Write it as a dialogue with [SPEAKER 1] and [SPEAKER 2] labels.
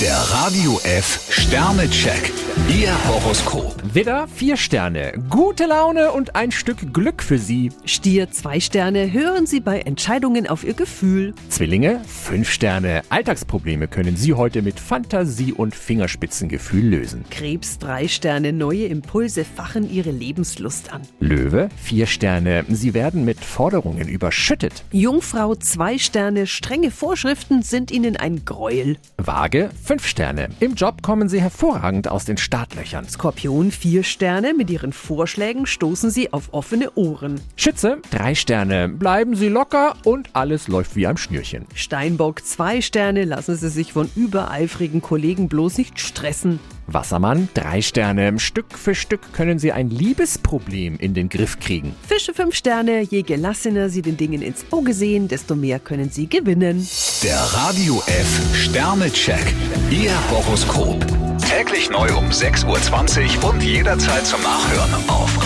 [SPEAKER 1] Der Radio F Sternecheck. Ihr Horoskop.
[SPEAKER 2] Widder, vier Sterne. Gute Laune und ein Stück Glück für Sie.
[SPEAKER 3] Stier zwei Sterne, hören Sie bei Entscheidungen auf Ihr Gefühl.
[SPEAKER 2] Zwillinge, fünf Sterne. Alltagsprobleme können Sie heute mit Fantasie und Fingerspitzengefühl lösen.
[SPEAKER 3] Krebs drei Sterne, neue Impulse fachen Ihre Lebenslust an.
[SPEAKER 2] Löwe, vier Sterne. Sie werden mit Forderungen überschüttet.
[SPEAKER 3] Jungfrau zwei Sterne, strenge Vorschriften sind Ihnen ein Gräuel.
[SPEAKER 2] Waage, fünf Sterne. Im Job kommen Sie hervorragend aus den Startlöchern.
[SPEAKER 3] Skorpion vier Sterne, mit Ihren Vorschlägen stoßen Sie auf offene Ohren.
[SPEAKER 2] Schütze, drei Sterne. Bleiben Sie locker und alles läuft wie am Schnürchen.
[SPEAKER 3] Steinbock zwei Sterne, lassen Sie sich von übereifrigen Kollegen bloß nicht stressen.
[SPEAKER 2] Wassermann, drei Sterne. Stück für Stück können Sie ein Liebesproblem in den Griff kriegen.
[SPEAKER 3] Fische fünf Sterne, je gelassener Sie den Dingen ins Auge sehen, desto mehr können Sie gewinnen.
[SPEAKER 1] Der Radio F Sternecheck. Ihr Horoskop. Täglich neu um 6.20 Uhr und jederzeit zum Nachhören auf E.